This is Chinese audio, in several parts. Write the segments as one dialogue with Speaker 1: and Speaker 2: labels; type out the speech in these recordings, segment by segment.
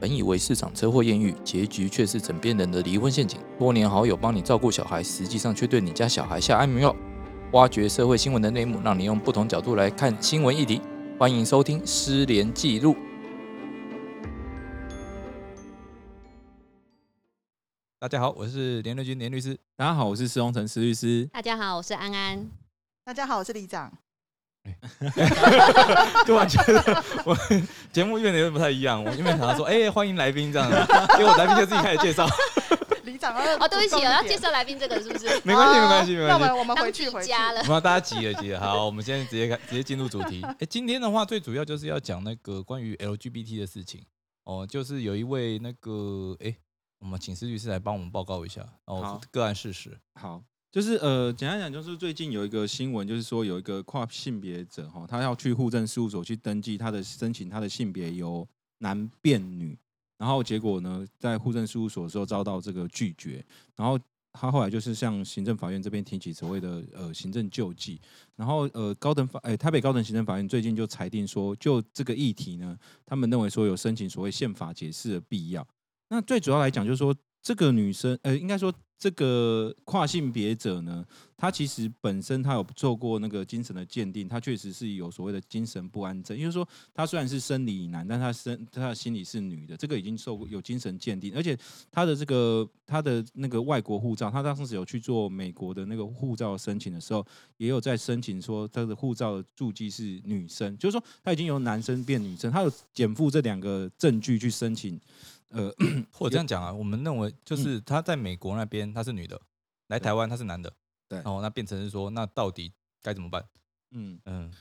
Speaker 1: 本以为市场车祸艳遇，结局却是枕边人的离婚陷阱。多年好友帮你照顾小孩，实际上却对你家小孩下安眠药。挖掘社会新闻的内幕，让你用不同角度来看新闻议题。欢迎收听《失联记录》。大家好，我是连瑞君连律师。
Speaker 2: 大家好，我是施荣成施律师。
Speaker 3: 大家好，我是安 安。
Speaker 4: 大家好，我是李长。
Speaker 1: 突然觉得我节目变得有点不太一样，我原本想要说，哎、欢迎来宾这样，结果来宾就自己开始介 绍，
Speaker 4: 李长
Speaker 3: 哦，对不起，我要介绍来宾这个是不是？
Speaker 1: 没关系，没关系，没
Speaker 4: 哦那
Speaker 1: 关
Speaker 4: 我
Speaker 1: 系。
Speaker 4: 们我们
Speaker 3: 当
Speaker 4: 回去
Speaker 3: 自己
Speaker 4: 回去。
Speaker 3: 家了
Speaker 1: 我，们大家急了急了，好，我们现在直接开直接进入主题。哎、今天的话最主要就是要讲那个关于 LGBT 的事情哦，就是有一位那个哎、我们请施律师来帮我们报告一下哦
Speaker 2: 好
Speaker 1: 个案事实。
Speaker 2: 好，就是呃，简单讲，就是最近有一个新闻，就是说有一个跨性别者哈，他要去户政事务所去登记他的申请，他的性别由男变女，然后结果呢，在户政事务所的时候遭到这个拒绝，然后。他后来就是向行政法院这边提起所谓的呃行政救济，然后呃高等法哎、台北高等行政法院最近就裁定说，就这个议题呢，他们认为说有申请所谓宪法解释的必要。那最主要来讲，就是说这个女生，呃，应该说这个跨性别者呢，她其实本身她有做过那个精神的鉴定，她确实是有所谓的精神不安症，也就是说，她虽然是生理男，但她身她的心理是女的，这个已经受过有精神鉴定，而且她的这个她的那个外国护照，她当时有去做美国的那个护照申请的时候，也有在申请说她的护照的注记是女生，就是说她已经由男生变女生，她有减负这两个证据去申请，呃，
Speaker 1: 或者这样讲啊，我们认为就是她在美国那边她是女的，来台湾她是男的，
Speaker 2: 对
Speaker 1: 哦，那变成是说，那到底该怎么办？
Speaker 2: 嗯，
Speaker 1: 嗯，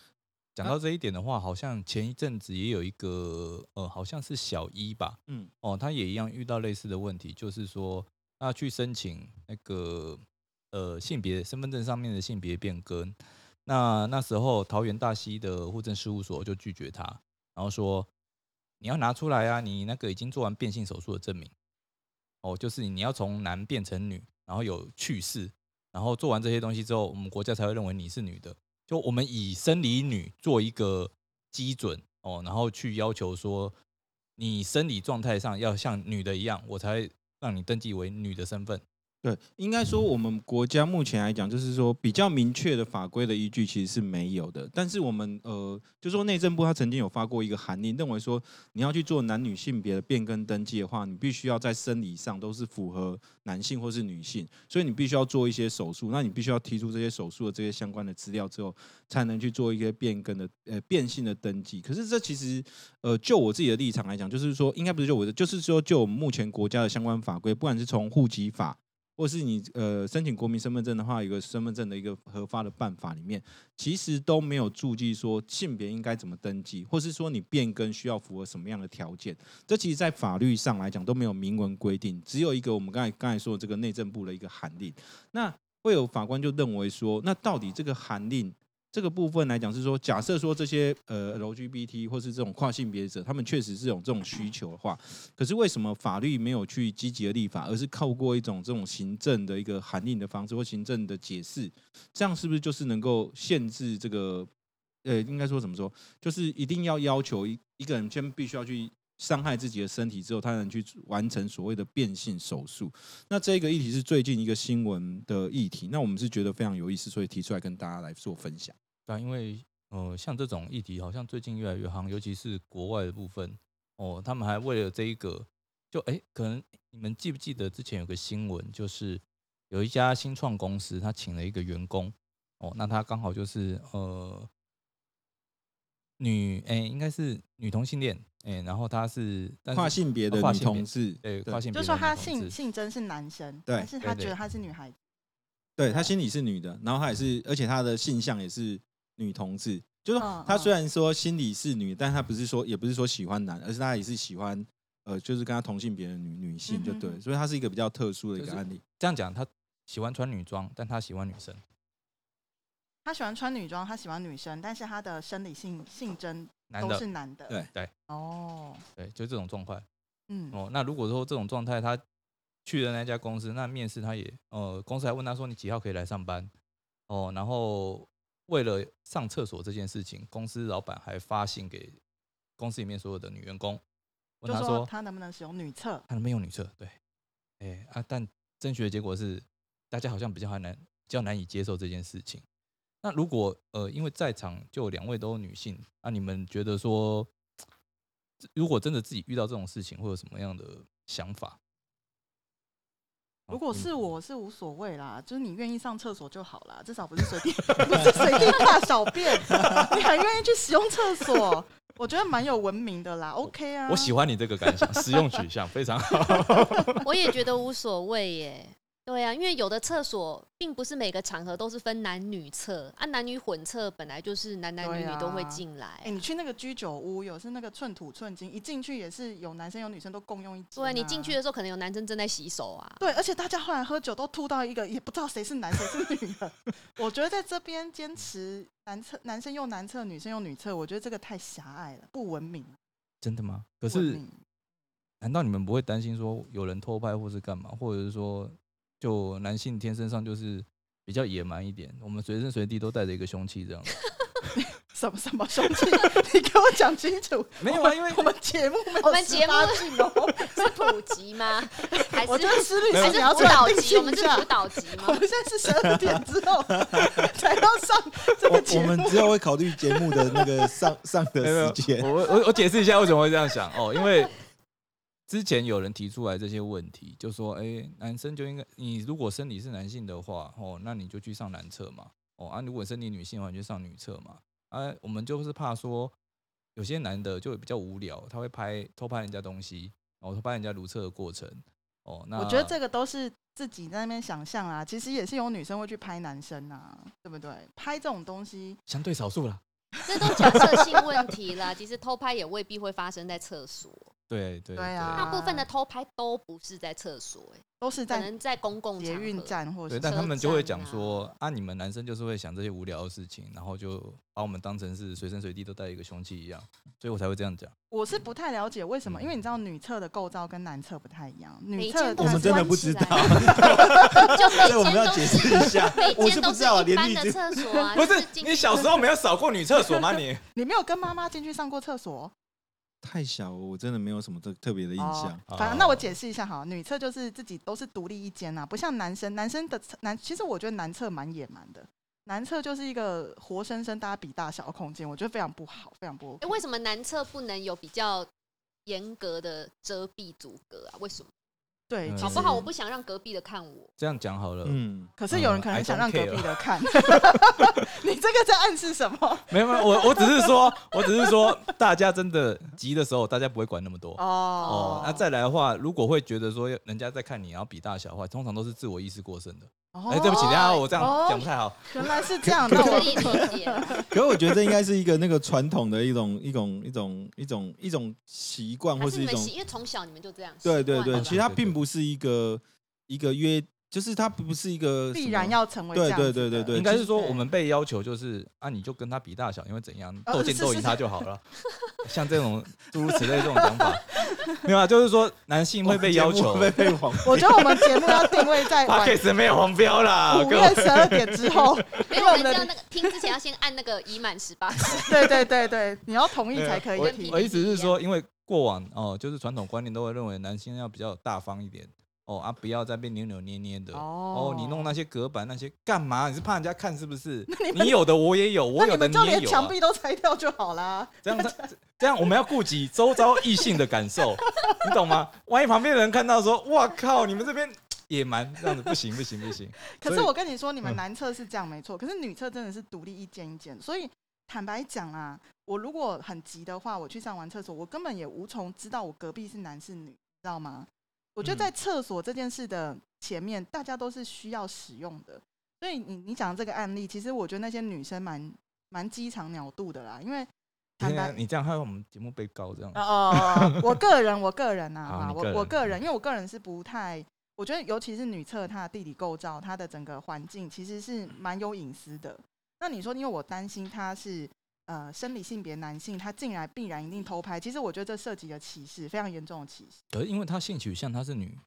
Speaker 1: 讲到这一点的话，好像前一阵子也有一个呃，好像是小一吧，
Speaker 2: 嗯，
Speaker 1: 哦，他也一样遇到类似的问题，就是说他去申请那个呃性别身份证上面的性别变更，那那时候桃园大溪的户政事务所就拒绝他，然后说你要拿出来啊，你那个已经做完变性手术的证明，哦，就是你要从男变成女，然后有去世，然后做完这些东西之后，我们国家才会认为你是女的。就我们以生理女做一个基准哦，然后去要求说你生理状态上要像女的一样，我才让你登记为女的身份。
Speaker 2: 对，应该说我们国家目前来讲，就是说比较明确的法规的依据其实是没有的。但是我们呃，就说内政部他曾经有发过一个函令，认为说你要去做男女性别的变更登记的话，你必须要在生理上都是符合男性或是女性，所以你必须要做一些手术。那你必须要提出这些手术的这些相关的资料之后，才能去做一些变更的呃变性的登记。可是这其实呃，就我自己的立场来讲，就是说应该不是就我的，就是说就我们目前国家的相关法规，不管是从户籍法。或是你呃申请国民身份证的话，有个身份证的一个核发的办法里面，其实都没有注记说性别应该怎么登记，或是说你变更需要符合什么样的条件。这其实，在法律上来讲都没有明文规定，只有一个我们刚才刚才说的这个内政部的一个函令。那会有法官就认为说，那到底这个函令这个部分来讲是说，假设说这些呃 LGBT 或是这种跨性别者，他们确实是有这种需求的话，可是为什么法律没有去积极的立法，而是透过一种这种行政的一个函令的方式或行政的解释，这样是不是就是能够限制这个？呃，应该说怎么说？就是一定要要求一一个人先必须要去伤害自己的身体之后，他才能去完成所谓的变性手术。那这个议题是最近一个新闻的议题，那我们是觉得非常有意思，所以提出来跟大家来做分享。
Speaker 1: 对啊、因为呃，像这种议题好像最近越来越夯，尤其是国外的部分哦，他们还为了这一个，就哎，可能你们记不记得之前有个新闻，就是有一家新创公司，他请了一个员工哦，那他刚好就是呃女哎，应该是女同性恋哎，然后他是但是
Speaker 2: 跨性别的
Speaker 1: 哦跨
Speaker 2: 女
Speaker 1: 性别
Speaker 2: 同志，
Speaker 1: 对
Speaker 2: 对
Speaker 1: 跨性别
Speaker 4: 就
Speaker 1: 的
Speaker 4: 说
Speaker 1: 女
Speaker 4: 他
Speaker 1: 同
Speaker 4: 性
Speaker 1: 志
Speaker 4: 性征是男生，
Speaker 2: 对
Speaker 4: 但是他
Speaker 1: 对对
Speaker 4: 觉得他是女孩子。
Speaker 2: 对她心里是女的，然后她也是，而且她的性向也是女同志，就是说
Speaker 4: 嗯
Speaker 2: 她
Speaker 4: 嗯
Speaker 2: 虽然说心里是女，但她不是说也不是说喜欢男，而是她也是喜欢呃，就是跟她同性别的女女性就对了，
Speaker 4: 嗯哼
Speaker 2: 所以她是一个比较特殊的一
Speaker 1: 就
Speaker 2: 个
Speaker 1: 是
Speaker 2: 案例。
Speaker 1: 这样讲，他喜欢穿女装，但他喜欢女生。
Speaker 4: 他喜欢穿女装，他喜欢女生，但是他的生理性性征
Speaker 1: 男
Speaker 4: 都
Speaker 1: 的
Speaker 4: 是男的。
Speaker 2: 对
Speaker 1: 对
Speaker 4: 哦，
Speaker 1: 对，就这种状态
Speaker 4: 嗯，
Speaker 1: 哦。那如果说这种状态，他去了那家公司，那面试他也呃，公司还问他说你几号可以来上班哦。然后为了上厕所这件事情，公司老板还发信给公司里面所有的女员工，问
Speaker 4: 就
Speaker 1: 他
Speaker 4: 说
Speaker 1: 说
Speaker 4: 他能不能使用女厕？
Speaker 1: 他能不能用女厕？对，哎、啊，但征询的结果是，大家好像比较难，比较难以接受这件事情。那如果呃，因为在场就有两位都是女性，那、你们觉得说，如果真的自己遇到这种事情，会有什么样的想法？
Speaker 4: 如果
Speaker 1: 好
Speaker 4: 是
Speaker 1: 你
Speaker 4: 我是无所谓啦，就是你愿意上厕所就好啦，至少不是随便不是随地大小 便，你很愿意去使用厕所，我觉得蛮有文明的啦，OK 啊。
Speaker 1: 我喜欢你这个感 想，实用取向非常好。
Speaker 3: 我也觉得无所谓耶。对啊，因为有的厕所并不是每个场合都是分男女厕啊，男女混厕本来就是男男女
Speaker 4: 对
Speaker 3: 女
Speaker 4: 啊
Speaker 3: 都会进来
Speaker 4: 哎、。你去那个居酒屋，有是那个寸土寸金，一进去也是有男生有女生都共用一间、
Speaker 3: 对啊，你进去。的时候可能有男生正在洗手啊。
Speaker 4: 对，而且大家后来喝酒都吐到一个，也不知道谁是男谁是女的。我觉得在这边坚持男厕，男生用男厕，女生用女厕，我觉得这个太狭隘了，不文明。
Speaker 1: 真的吗？可
Speaker 4: 不文
Speaker 1: 是
Speaker 4: 明
Speaker 1: 难道你们不会担心说有人偷拍或是干嘛，或者是说就男性天生上就是比较野蛮一点，我们随身随地都带着一个凶器这样？
Speaker 4: 什么什么凶器？ 你给我讲清楚。
Speaker 1: 没有啊，因为
Speaker 4: 我们节目没有
Speaker 3: 我们节目
Speaker 4: 18禁哦。
Speaker 3: 是普及吗？还
Speaker 4: 我觉
Speaker 3: 是
Speaker 4: 得思律
Speaker 3: 还
Speaker 4: 师
Speaker 3: 是
Speaker 4: 你要
Speaker 3: 辅
Speaker 4: 出来
Speaker 3: 导
Speaker 4: 定
Speaker 3: 级？我
Speaker 4: 性
Speaker 3: 们
Speaker 4: 一
Speaker 3: 是
Speaker 4: 下
Speaker 3: 辅。导级
Speaker 4: 我
Speaker 3: 吗
Speaker 4: 们？现在是十二点之后才要上 这
Speaker 5: 我
Speaker 4: 个节
Speaker 5: 我们
Speaker 4: 目。
Speaker 5: 只有会考虑节目的那个上上的时间
Speaker 1: 我。我我解释一下为什么会这样想哦，因为之前有人提出来这些问题，就说哎、男生就应该你如果生理是男性的话哦，那你就去上男厕嘛，哦啊，如果生理女性的话，你就上女厕嘛，啊，我们就是怕说有些男的就比较无聊，他会拍偷拍人家东西，然后偷拍人家如厕的过程。哦，那
Speaker 4: 我觉得这个都是自己在那边想象啊，其实也是有女生会去拍男生啊，对不对？拍这种东西，
Speaker 1: 相对少数啦。
Speaker 3: 这都假设性问题啦。其实偷拍也未必会发生在厕所，
Speaker 1: 对对
Speaker 4: 对啊
Speaker 3: 大部分的偷拍都不是在厕所、欸，
Speaker 4: 都是
Speaker 3: 可
Speaker 4: 在
Speaker 3: 能在公共
Speaker 4: 捷
Speaker 3: 场
Speaker 4: 运
Speaker 3: 合。
Speaker 4: 站或
Speaker 1: 对，
Speaker 4: 者
Speaker 1: 但他们就会讲
Speaker 3: 站啊
Speaker 1: 说啊，你们男生就是会想这些无聊的事情，然后就把我们当成是随身随地都带一个凶器一样，所以我才会这样讲。
Speaker 4: 我是不太了解为什
Speaker 1: 嗯
Speaker 4: 么，因为你知道女厕的构造跟男厕不太一样，
Speaker 3: 每
Speaker 4: 女
Speaker 3: 间
Speaker 4: 厕
Speaker 3: 都
Speaker 5: 我
Speaker 3: 是
Speaker 5: 们真的不知道
Speaker 3: 关起 来，就每
Speaker 5: 所以我们
Speaker 3: 间
Speaker 5: 要
Speaker 3: 都
Speaker 5: 解
Speaker 3: 是，
Speaker 5: 释一下
Speaker 3: 每
Speaker 5: 我
Speaker 3: 间
Speaker 5: 是
Speaker 3: 都
Speaker 5: 不
Speaker 3: 是
Speaker 5: 知道啊，
Speaker 3: 一
Speaker 5: 连
Speaker 3: 般
Speaker 5: 丽
Speaker 3: 的
Speaker 5: 君
Speaker 3: 厕 所啊，
Speaker 1: 不
Speaker 3: 就是进去
Speaker 1: 你小时候没有扫过女厕所吗？你
Speaker 4: 你没有跟妈妈进去上过厕所？
Speaker 2: 太小了，我真的没有什么特特别的印象。
Speaker 4: 哦、反正那我解释一下哈，女厕就是自己都是独立一间啊，不像男生，男生的厕男其实我觉得男厕蛮野蛮的，男厕就是一个活生生大家比大小的空间，我觉得非常不好，非常不 OK。
Speaker 3: 哎诶为什么男厕不能有比较严格的遮蔽阻隔啊？为什么？
Speaker 4: 对，
Speaker 1: 嗯
Speaker 4: 其
Speaker 3: 搞
Speaker 4: 实
Speaker 3: 不好我不想让隔壁的看我。
Speaker 1: 这样讲
Speaker 4: 哦
Speaker 1: 好了，
Speaker 2: 嗯，
Speaker 4: 可是有人可
Speaker 1: 呃，I
Speaker 4: 能
Speaker 1: don't
Speaker 4: 想让隔
Speaker 1: care
Speaker 4: 壁的 看，你这个在暗示什么？
Speaker 1: 没有没有，我我只是说，我只是说，大家真的急的时候，大家不会管那么多。
Speaker 4: 哦
Speaker 1: 哦，那再来的话，如果会觉得说人家在看你，然后比大小的话，通常都是自我意识过剩的。
Speaker 4: 哦
Speaker 1: 哎，对不起，等一下
Speaker 3: 哦
Speaker 1: 我这
Speaker 4: 哦
Speaker 1: 样讲不太好。
Speaker 4: 原来是这样，那
Speaker 3: 可
Speaker 4: 我
Speaker 3: 以 理解啦，
Speaker 5: 可是我觉得这应该是一个那个传统的一种一种一种一种一种习惯，
Speaker 3: 还
Speaker 5: 或
Speaker 3: 是
Speaker 5: 是一
Speaker 3: 你们
Speaker 5: 种
Speaker 3: 习，因为从小你们就这样习惯
Speaker 5: 对
Speaker 3: 了。
Speaker 5: 对对，其实它
Speaker 1: 对对
Speaker 5: 并不是一个一个约，就是它不是一个什么
Speaker 4: 必然要成为这
Speaker 5: 对
Speaker 4: 样子
Speaker 5: 对
Speaker 4: 的。
Speaker 5: 对对对，
Speaker 1: 应该
Speaker 5: 就是
Speaker 1: 说我们被要求就是啊，你就跟他比大小，因为怎样
Speaker 4: 呃
Speaker 1: 斗
Speaker 4: 是
Speaker 1: 进斗
Speaker 4: 是
Speaker 1: 赢他就好了。 像这种诸如此类这种讲法，没有啊，就是说男性会被要求
Speaker 5: 我。们节目会被黄
Speaker 4: 我觉得我们节目要定位 在
Speaker 1: p o
Speaker 4: 晚
Speaker 1: d c a s 没有黄标啦，
Speaker 4: 五
Speaker 1: 各位
Speaker 4: 月十二点之后，
Speaker 3: 没有，我们要那个听之前要先按那个已满十八 岁，
Speaker 4: 对对对对，啊你要同意才可以
Speaker 1: 我
Speaker 4: 听
Speaker 1: 我。意思是说，因为过往哦，就是传统观念都会认为男性要比较大方一点哦啊，不要再被扭扭捏捏的哦。
Speaker 4: 哦
Speaker 1: 你弄那些隔板那些干嘛？你是怕人家看是不 是？
Speaker 4: 你们
Speaker 1: 你有的我也有，我
Speaker 4: 那
Speaker 1: 有的
Speaker 4: 你们就
Speaker 1: 也
Speaker 4: 连
Speaker 1: 有、
Speaker 4: 墙
Speaker 1: 啊。
Speaker 4: 壁都拆掉就好啦。
Speaker 1: 这样他这样我们要顾及周遭异性的感 受，你懂吗？万一旁边的人看到说，哇靠，你们这边野蛮这样子不行不行不 行。
Speaker 4: 可是
Speaker 1: 所以
Speaker 4: 我跟你说，你们男厕是这样没错，可是女厕真的是独立一间一间。所以坦白讲啊，我如果很急的话，我去上完厕所，我根本也无从知道我隔壁是男是女，知道吗？我觉得
Speaker 1: 嗯
Speaker 4: 在厕所这件事的前面，大家都是需要使用的。所以你你讲这个案例，其实我觉得那些女生蛮蛮鸡肠鸟肚的啦，因为坦
Speaker 1: 天
Speaker 4: 白
Speaker 1: 啊你这样害我们节目被告这样。
Speaker 4: 哦，我个人，我个人啊，
Speaker 1: 好
Speaker 4: 哈
Speaker 1: 你个
Speaker 4: 我
Speaker 1: 人嗯
Speaker 4: 我个人，因为我个人是不太，我觉得尤其是女厕，它的地理构造，它的整个环境其实是蛮有隐私的。那你说，因为我担心他是呃生理性别男性，他进来必然一定偷拍，其实我觉得这涉及了歧视，非常严重的歧视。
Speaker 1: 可是因为他性取向他是女，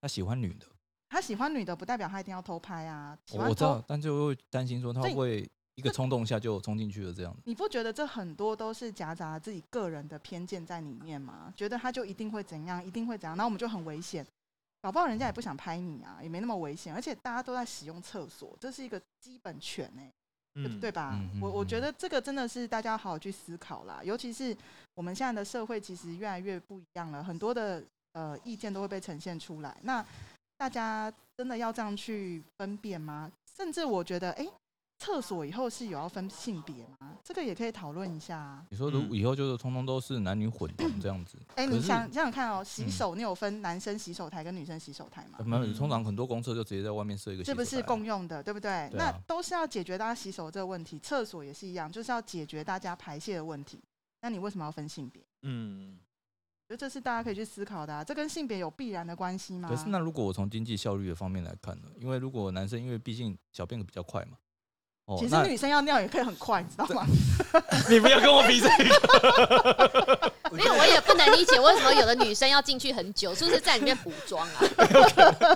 Speaker 1: 他喜欢女的，
Speaker 4: 他喜欢女的，不代表他一定要偷拍啊。喜
Speaker 1: 我
Speaker 4: 欢
Speaker 1: 我知道
Speaker 4: 偷，，
Speaker 1: 但就会担心说他
Speaker 4: 所以
Speaker 1: 会一个冲动下就冲进去了这样。
Speaker 4: 你不觉得这很多都是夹杂自己个人的偏见在里面吗？觉得他就一定会怎样，一定会怎样，那我们就很危险。搞不好人家也不想拍你啊，也没那么危险，而且大家都在使用厕所，这是一个基本权哎、对
Speaker 6: 嗯，
Speaker 4: 对吧？
Speaker 1: 嗯
Speaker 4: 我我
Speaker 1: 嗯
Speaker 4: 觉得这个真的是大家好好去思考啦，尤其是我们现在的社会其实越来越不一样了，很多的呃意见都会被呈现出来。那大家真的要这样去分辨吗？甚至我觉得，哎、厕所以后是有要分性别吗？这个也可以讨论一下、啊。
Speaker 1: 你说如
Speaker 6: 嗯
Speaker 1: 以后就是通通都是男女混同这样 子，
Speaker 4: 哎、
Speaker 1: 可
Speaker 4: 你
Speaker 1: 是
Speaker 4: 想想想看哦，洗
Speaker 1: 嗯
Speaker 4: 手你有分男生洗手台跟女生洗手台吗？
Speaker 1: 没有，
Speaker 6: 嗯
Speaker 1: 通常很多公厕就直接在外面设一个洗手
Speaker 4: 是
Speaker 1: 台
Speaker 4: 不
Speaker 1: 啊，
Speaker 4: 是共用的，对不对？
Speaker 1: 对
Speaker 4: 那
Speaker 1: 啊
Speaker 4: 都是要解决大家洗手这个问题，厕所也是一样，就是要解决大家排泄的问题。那你为什么要分性别？
Speaker 6: 嗯，
Speaker 4: 我觉得这是大家可以去思考的、啊，这跟性别有必然的关系吗？
Speaker 1: 可是那如果我从经济效率的方面来看呢？因为如果男生因为毕竟小便比较快嘛，哦
Speaker 4: 其，实
Speaker 1: 那
Speaker 4: 女生要尿也可以很快，你知道吗？
Speaker 6: 你不要跟我比这个，
Speaker 3: 没有，我也不能理解为什么有的女生要进去很久，是不是在里面补妆 啊？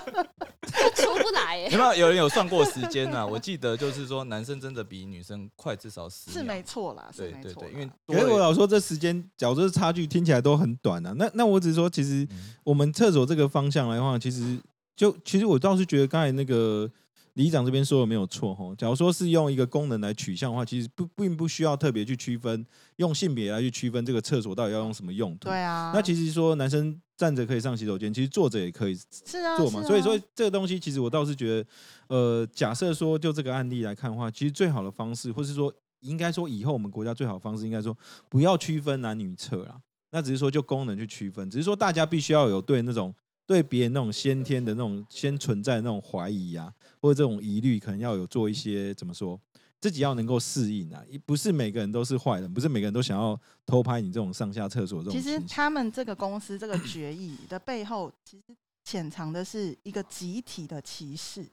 Speaker 3: 出不来欸耶、
Speaker 1: 有没有有人有算过时间啊？我记得就是说男生真的比女生快至少十
Speaker 4: 是
Speaker 1: 秒
Speaker 4: 没错啦，是
Speaker 1: 对
Speaker 4: 没
Speaker 1: 啊对
Speaker 4: 错啦。
Speaker 1: 对，因为
Speaker 2: 可是我
Speaker 1: 多了
Speaker 2: 老说这时间，角这差距听起来都很短啊。那那我只是说，其实
Speaker 1: 嗯
Speaker 2: 我们厕所这个方向来的话，其实就其实我倒是觉得刚才那个李长这边说的没有错哈。假如说是用一个功能来取向的话，其实不并不需要特别去区分，用性别来去区分这个厕所到底要用什么用途。
Speaker 4: 对啊，
Speaker 2: 那其实说男生站着可以上洗手间，其实坐着也可以
Speaker 4: 是啊，
Speaker 2: 做嘛。
Speaker 4: 是啊
Speaker 2: 所以说这个东西，其实我倒是觉得，呃，假设说就这个案例来看的话，其实最好的方式，或是说应该说以后我们国家最好的方式，应该说不要区分男女厕啦。那只是说就功能去区分，只是说大家必须要有对那种对别人那种先天的那种先存在的那种怀疑啊，或者这种疑虑，可能要有做一些怎么说，自己要能够适应啊。不是每个人都是坏人，不是每个人都想要偷拍你这种上下厕所这种
Speaker 4: 其
Speaker 2: 情形。
Speaker 4: 实他们这个公司这个决议的背后，其实潜藏的是一个集体的歧视，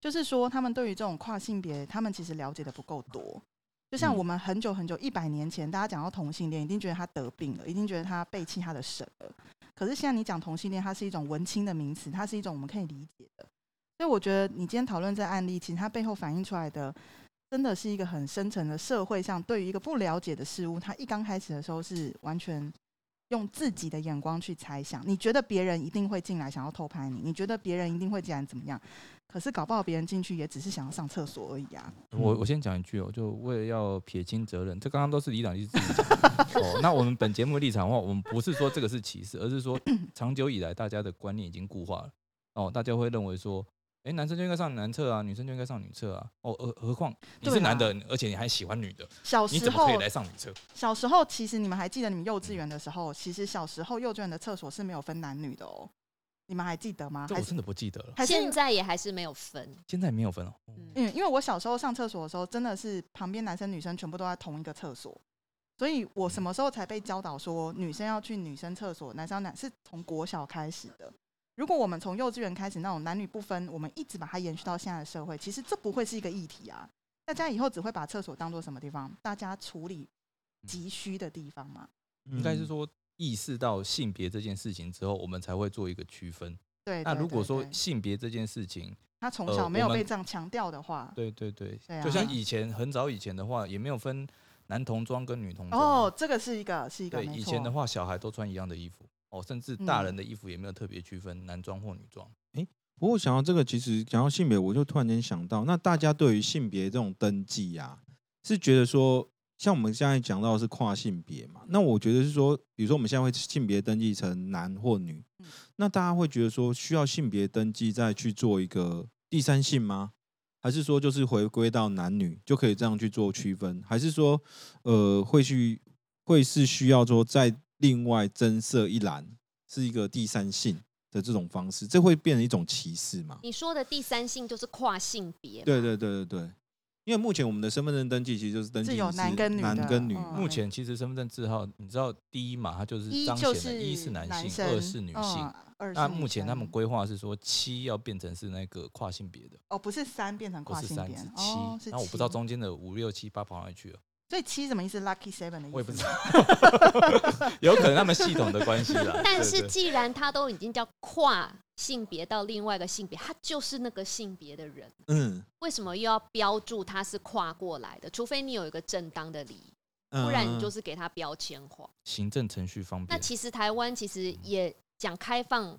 Speaker 4: 就是说他们对于这种跨性别，他们其实了解的不够多。就像
Speaker 2: 嗯
Speaker 4: 我们很久很久一百年前，大家讲到同性恋，一定觉得他得病了，一定觉得他背弃他的神了。可是现在你讲同性恋，它是一种文青的名词，它是一种我们可以理解的。所以我觉得你今天讨论这个案例，其实它背后反映出来的，真的是一个很深层的社会上对于一个不了解的事物，他一刚开始的时候是完全用自己的眼光去猜想。你觉得别人一定会进来想要偷拍你，你觉得别人一定会进来怎么样？可是搞不好别人进去也只是想要上厕所而已啊！
Speaker 1: 我
Speaker 2: 嗯
Speaker 1: 我先讲一句哦，就为了要撇清责任，这刚刚都是李长一直自 己讲的哦。那我们本节目的立场的话，我们不是说这个是歧视，而是 说长久以来大家的观念已经固化了哦，大家会认为说，哎，男生就应该上男厕啊，女生就应该上女厕啊。哦，何何况你是
Speaker 4: 对啦
Speaker 1: 男的，而且你还喜欢女的，
Speaker 4: 小
Speaker 1: 你
Speaker 4: 时
Speaker 1: 怎么可以
Speaker 4: 候，
Speaker 1: 来上女厕？
Speaker 4: 小时候其实你们还记得你们幼稚园的时候，其实小时候幼稚园的厕所是没有分男女的哦，你们还记得吗？
Speaker 1: 这
Speaker 4: 还
Speaker 1: 我
Speaker 4: 是
Speaker 1: 真的不记得了，
Speaker 4: 还是
Speaker 3: 现在也还是没有分，
Speaker 1: 现在没有分哦。
Speaker 3: 嗯，
Speaker 4: 嗯，因为我小时候上厕所的时候，真的是旁边男生女生全部都在同一个厕所，所以我什么时候才被教导说女生要去女生厕所，男生要男是从国小开始的。如果我们从幼稚园开始那种男女不分，我们一直把它延续到现在的社会，其实这不会是一个议题啊。大家以后只会把厕所当做什么地方？大家处理
Speaker 1: 嗯
Speaker 4: 急需的地方嘛。
Speaker 1: 应该是
Speaker 2: 嗯
Speaker 1: 说意识到性别这件事情之后，我们才会做一个区分。
Speaker 4: 对，
Speaker 1: 那
Speaker 4: 对
Speaker 1: 如
Speaker 4: 对
Speaker 1: 果说
Speaker 4: 对嗯
Speaker 1: 性别这件事情，
Speaker 4: 他从
Speaker 1: 呃
Speaker 4: 小没有
Speaker 1: 我们
Speaker 4: 被这样强调的话，
Speaker 1: 对对对
Speaker 4: 对，
Speaker 1: 就
Speaker 4: 啊
Speaker 1: 像以前很早以前的话，也没有分男童装跟女童装。
Speaker 4: 哦，，这个是一个是一个
Speaker 1: 对，
Speaker 4: 没
Speaker 1: 以
Speaker 4: 错。
Speaker 1: 前的话，小孩都穿一样的衣服，哦，甚至大
Speaker 4: 嗯
Speaker 1: 人的衣服也没有特别区分男装或女装。
Speaker 2: 不过想到这个，其实讲到性别，我就突然间想到，那大家对于性别这种登记啊，是觉得说，像我们现在讲到的是跨性别嘛，那我觉得是说，比如说我们现在会性别登记成男或女，
Speaker 4: 嗯
Speaker 2: 那大家会觉得说，需要性别登记再去做一个第三性吗？还是说就是回归到男女就可以这样去做区分？还是说，呃，会去会是需要说再另外增设一栏，是一个第三性？的这种方式，这会变成一种歧视吗？
Speaker 3: 你说的第三性就是跨性别，
Speaker 2: 对对对对对，因为目前我们的身份证登记其实就是登记
Speaker 4: 是有
Speaker 2: 你
Speaker 4: 男跟女的
Speaker 2: 男跟女
Speaker 4: 嗯
Speaker 2: 嘛
Speaker 1: 目前其实身份证字号，你知道第一嘛，它就是
Speaker 4: 一
Speaker 1: 彰
Speaker 4: 就
Speaker 1: 显
Speaker 4: 是
Speaker 1: 的一是男性，
Speaker 4: 生，
Speaker 1: 二是女性
Speaker 4: 嗯。，二是
Speaker 1: 那
Speaker 4: 女
Speaker 1: 目前他们
Speaker 4: 生
Speaker 1: 规划是说七要变成是那个跨性别的，
Speaker 4: 哦，不是三变成
Speaker 1: 不
Speaker 4: 跨
Speaker 1: 是
Speaker 4: 性
Speaker 1: 三
Speaker 4: 别
Speaker 1: 是，
Speaker 4: 哦，是
Speaker 1: 七。那我不知道中间的五六七八跑哪里去了，
Speaker 4: 所以七什么意思？Lucky Seven 的意思？
Speaker 1: 我也不知道， 有可能他们系统的关系啦。
Speaker 3: 但
Speaker 1: 对
Speaker 3: 是
Speaker 1: 对
Speaker 3: 既然它都已经叫跨性别到另外一个性别，他就是那个性别的人，
Speaker 5: 嗯，
Speaker 3: 为什么又要标注他是跨过来的？除非你有一个正当的理由，不
Speaker 2: 嗯
Speaker 5: 不
Speaker 3: 然你就是给他标签化。
Speaker 1: 行政程序方
Speaker 3: 那
Speaker 1: 便。
Speaker 3: 其实台湾其实也讲开放，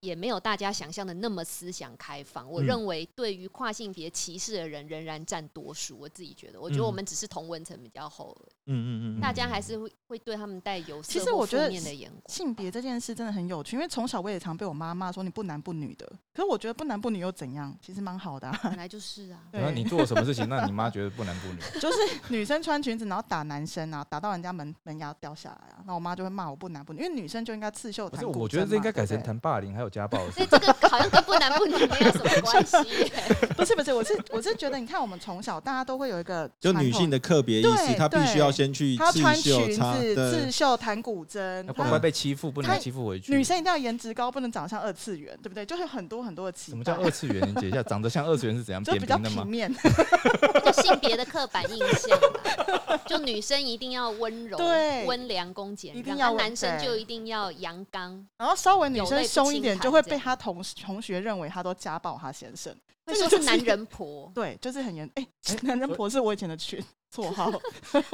Speaker 3: 也没有大家想象的那么思想开放。我
Speaker 5: 嗯
Speaker 3: 认为对于跨性别歧视的人仍然占多数，我自己觉得，我觉得
Speaker 5: 嗯
Speaker 3: 我们只是同文层比较厚而已，
Speaker 5: 嗯嗯嗯嗯，
Speaker 3: 大家还是会会对他们带有色
Speaker 4: 其实
Speaker 3: 或
Speaker 4: 我觉得
Speaker 3: 负面的眼光。
Speaker 4: 性别这件事真的很有趣，因为从小我也常被我妈骂说你不男不女的，可是我觉得不男不女又怎样？其实蛮好的、啊，
Speaker 3: 本来就是啊，
Speaker 1: 然后
Speaker 4: 对
Speaker 1: 你做了什么事情， 那你妈觉得不男不 女，
Speaker 4: 就是女生穿裙子然后打男生啊，打到人家门门牙掉下来啊，那我妈就会骂我不男不女，因为女生就应该刺绣
Speaker 1: 不
Speaker 4: 弹
Speaker 1: 是？
Speaker 4: 古筝嘛。
Speaker 1: 我觉得这应该
Speaker 4: 对
Speaker 1: 改
Speaker 4: 不对
Speaker 1: 成谈霸凌还有家暴的事
Speaker 3: 所以这个好像跟不男不女没有什么关系耶、
Speaker 4: 不是不是，我是我是觉得，你看我们从小大家都会有一个
Speaker 5: 就女性
Speaker 4: 的，
Speaker 5: 的特别意识，
Speaker 4: 对
Speaker 5: 她必须要
Speaker 4: 对
Speaker 5: 先去
Speaker 4: 她要
Speaker 5: 刺
Speaker 4: 穿
Speaker 5: 绣
Speaker 4: 裙
Speaker 5: 插
Speaker 4: 子、刺
Speaker 5: 对，
Speaker 4: 绣、弹古筝
Speaker 1: 要，乖乖
Speaker 4: 她
Speaker 1: 被欺负，不能
Speaker 4: 他
Speaker 1: 欺负回去。
Speaker 4: 女生一定要颜值高，不能长相二次元，对不对？就是很多很多的期
Speaker 1: 什么
Speaker 4: 待
Speaker 1: 叫，二次元？你解一下，长得像二次元是怎样
Speaker 4: 就
Speaker 1: 扁
Speaker 4: 比较
Speaker 1: 平的
Speaker 4: 平
Speaker 1: 吗？
Speaker 4: 面。
Speaker 3: 就性别的刻板印象啦，就女生一定要温柔、
Speaker 4: 对
Speaker 3: 温良恭俭
Speaker 4: 一
Speaker 3: 让，
Speaker 4: 定要
Speaker 3: 啊
Speaker 4: 温
Speaker 3: 男生
Speaker 4: 对
Speaker 3: 就一定要阳刚，
Speaker 4: 然后稍微女
Speaker 3: 有
Speaker 4: 生
Speaker 3: 泪不
Speaker 4: 凶一
Speaker 3: 轻
Speaker 4: 点，
Speaker 3: 弹
Speaker 4: 就会
Speaker 3: 这
Speaker 4: 被
Speaker 3: 样
Speaker 4: 她同事同学认为她都家暴她先生。
Speaker 3: 会
Speaker 4: 这
Speaker 3: 说
Speaker 4: 个
Speaker 3: 是
Speaker 4: 就是
Speaker 3: 男人婆，
Speaker 4: 对，就是很严。哎、男人
Speaker 1: 所以
Speaker 4: 婆是我以前的群 绰号。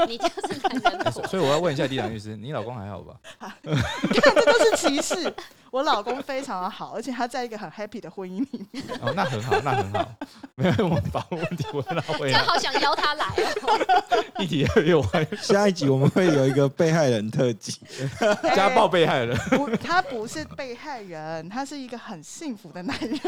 Speaker 3: 你就是男人婆。
Speaker 1: 所以我要问一下李良律师，你老公还好 吧？
Speaker 4: 这都是歧视。我老公非常的好，而且他在一个很 happy 的婚姻里面。
Speaker 1: 哦，那很好，那很好， 没有，我们把问题问到
Speaker 3: 这
Speaker 1: 位
Speaker 3: 样
Speaker 1: 了，
Speaker 3: 好想邀他来哦，
Speaker 1: 议题越来越 歪，
Speaker 5: 下一集我们会有一个被害人特辑，
Speaker 1: 家暴被害人。
Speaker 4: 不，他不是被害人，他是一个很幸福的男人。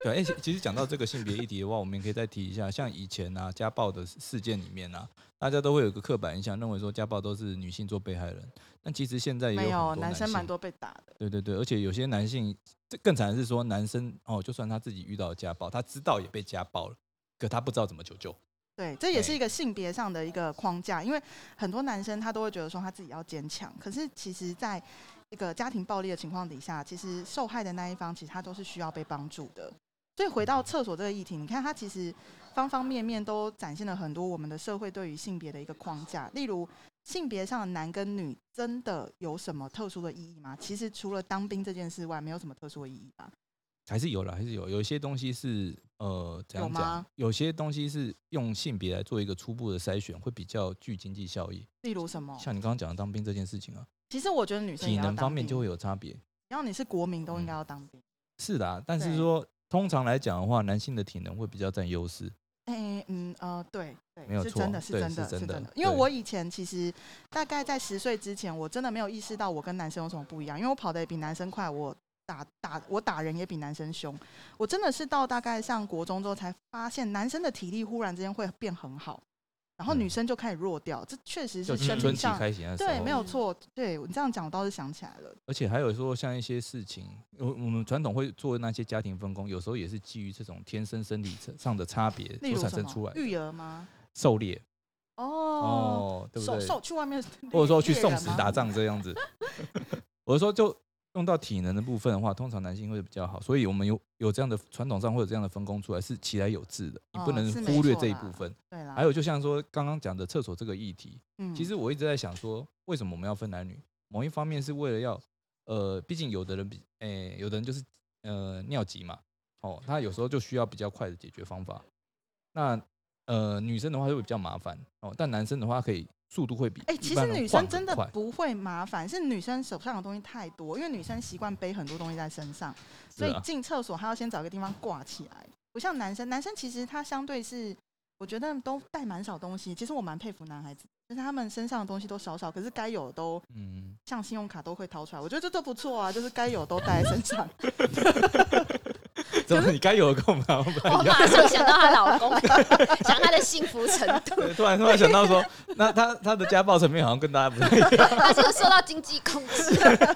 Speaker 1: 对，哎、其其实讲到这个性别议题的话，我们也可以再提一下，像以前啊家暴的事事件里面啊，大家都会有一个刻板印象，认为说家暴都是女性做被害人，但其实现在也有
Speaker 4: 没有，
Speaker 1: 哎很多
Speaker 4: 男生蛮
Speaker 1: 性
Speaker 4: 多被打的。
Speaker 1: 对对对，而且有些男性，这更惨的是说，男生哦，就算他自己遇到家暴，他知道也被家暴了，可他不知道怎么求救。
Speaker 4: 对，这也是
Speaker 1: 对
Speaker 4: 一个性别上的一个框架，因为很多男生他都会觉得说他自己要坚强，可是其实在一个家庭暴力的情况底下，其实受害的那一方其实他都是需要被帮助的。所以回到
Speaker 1: 嗯
Speaker 4: 厕所这个议题，你看它其实方方面面都展现了很多我们的社会对于性别的一个框架，例如性别上的男跟女真的有什么特殊的意义吗？其实除了当兵这件事外，没有什么特殊的意义吧。
Speaker 1: 还是有了，还是有，有一些东西是呃，怎样
Speaker 4: 有
Speaker 1: 讲
Speaker 4: 吗？
Speaker 1: 有些东西是用性别来做一个初步的筛选，会比较具经济效益。
Speaker 4: 例如什么？
Speaker 1: 像你刚刚讲的当兵这件事情啊，
Speaker 4: 其实我觉得女生
Speaker 1: 体
Speaker 4: 也要
Speaker 1: 能
Speaker 4: 哦当
Speaker 1: 方面
Speaker 4: 兵
Speaker 1: 就会有差别。
Speaker 4: 只要你是国民都应该要当兵。
Speaker 1: 是的啊，但是
Speaker 4: 对
Speaker 1: 说通常来讲的话，男性的体能会比较占优势。
Speaker 4: 哎、嗯呃，对，对，
Speaker 1: 没有
Speaker 4: 是
Speaker 1: 错
Speaker 4: 真的，是
Speaker 1: 对
Speaker 4: 真
Speaker 1: 是
Speaker 4: 的，
Speaker 1: 真的
Speaker 4: 的。因为
Speaker 1: 对
Speaker 4: 我以前其实大概在十岁之前，我真的没有意识到我跟男生有什么不一样，因为我跑得也比男生快，我打打我打人也比男生凶。我真的是到大概上国中之后才发现，男生的体力忽然之间会变很好，然后
Speaker 1: 嗯
Speaker 4: 女生就开始弱掉，这确实
Speaker 1: 就是青
Speaker 4: 生
Speaker 1: 春
Speaker 4: 理
Speaker 1: 期
Speaker 4: 上。
Speaker 1: 开始那时
Speaker 4: 对，
Speaker 1: 候
Speaker 4: 没有错。对你这样讲，我倒是想起来了。
Speaker 1: 而且还有说，像一些事情，我我们传统会做那些家庭分工，有时候也是基于这种天生生理上的差别所
Speaker 4: 例如
Speaker 1: 产
Speaker 4: 什
Speaker 1: 生出
Speaker 4: 么
Speaker 1: 来的
Speaker 4: 育儿吗？
Speaker 1: 狩猎
Speaker 4: 哦，
Speaker 1: 哦，对不
Speaker 4: 手
Speaker 1: 对？
Speaker 4: 手去外面猎，
Speaker 1: 或者说去
Speaker 4: 猎
Speaker 1: 送
Speaker 4: 人
Speaker 1: 死
Speaker 4: 吗
Speaker 1: 打 仗这样子。我是说，就用到体能的部分的话，通常男性会比较好，所以我们有有这样的传统上会有这样的分工出来，是其来有致的，你不
Speaker 4: 哦
Speaker 1: 能
Speaker 4: 是没
Speaker 1: 忽略
Speaker 4: 错
Speaker 1: 这一
Speaker 4: 啦
Speaker 1: 部分。
Speaker 4: 对啦。
Speaker 1: 还有，就像说刚刚讲的厕所这个议题，
Speaker 4: 嗯，
Speaker 1: 哎其实我一直在想说，为什么我们要分男女？某一方面是为了要，呃，毕竟有的人比，诶、有的人就是呃尿急嘛，哦，他有时候就需要比较快的解决方法。那呃，女生的话就会比较麻烦哦，但男生的话可以速度会比
Speaker 4: 哎、
Speaker 1: 一
Speaker 4: 其
Speaker 1: 般
Speaker 4: 实
Speaker 1: 人
Speaker 4: 女
Speaker 1: 晃
Speaker 4: 生
Speaker 1: 得
Speaker 4: 真的
Speaker 1: 快
Speaker 4: 不会麻烦，是女生手上的东西太多，因为女生习惯背很多东西在身上，所
Speaker 1: 是
Speaker 4: 以
Speaker 1: 啊
Speaker 4: 进厕所还要先找一个地方挂起来，不像男生，男生其实他相对是，我觉得都带蛮少东西。其实我蛮佩服男孩子，就是他们身上的东西都少少，可是该有的都
Speaker 1: 嗯，
Speaker 4: 像信用卡都会掏出来，我觉得这都不错啊，就是该有都带在身上。
Speaker 1: 怎么你该有的跟我们
Speaker 4: 哦
Speaker 1: 好像不太
Speaker 3: 我
Speaker 1: 一样？
Speaker 3: 马上想到她老公， 想她的幸福程度。
Speaker 1: 对突然突然想 到说，那他他的家暴层面好像跟大家不太一样。
Speaker 3: 她是不是受到经济控制？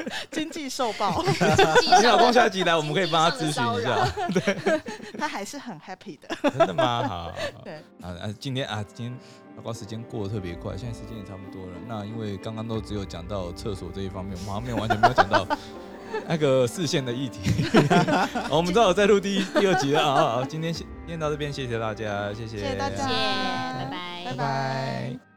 Speaker 4: 经济受报，
Speaker 3: 经济
Speaker 1: 你老
Speaker 3: 上
Speaker 1: 公
Speaker 3: 的，
Speaker 1: 下集来，我们可以帮他咨询一下，
Speaker 4: 他还是很 happy 的。
Speaker 1: 真的 吗？好，
Speaker 4: 对，
Speaker 1: 啊啊，今天啊，今天报告时间过得特别快，现在时间也差不多了。那因为刚刚都只有讲到厕所这一方面，我们好像没有完全没有讲 到那个视线的议 题。好我们正好在录第一第二集了啊！啊啊今天先先到这边，谢谢大家，谢谢
Speaker 4: 谢谢大家
Speaker 3: 谢谢，拜拜
Speaker 4: 拜
Speaker 1: 拜拜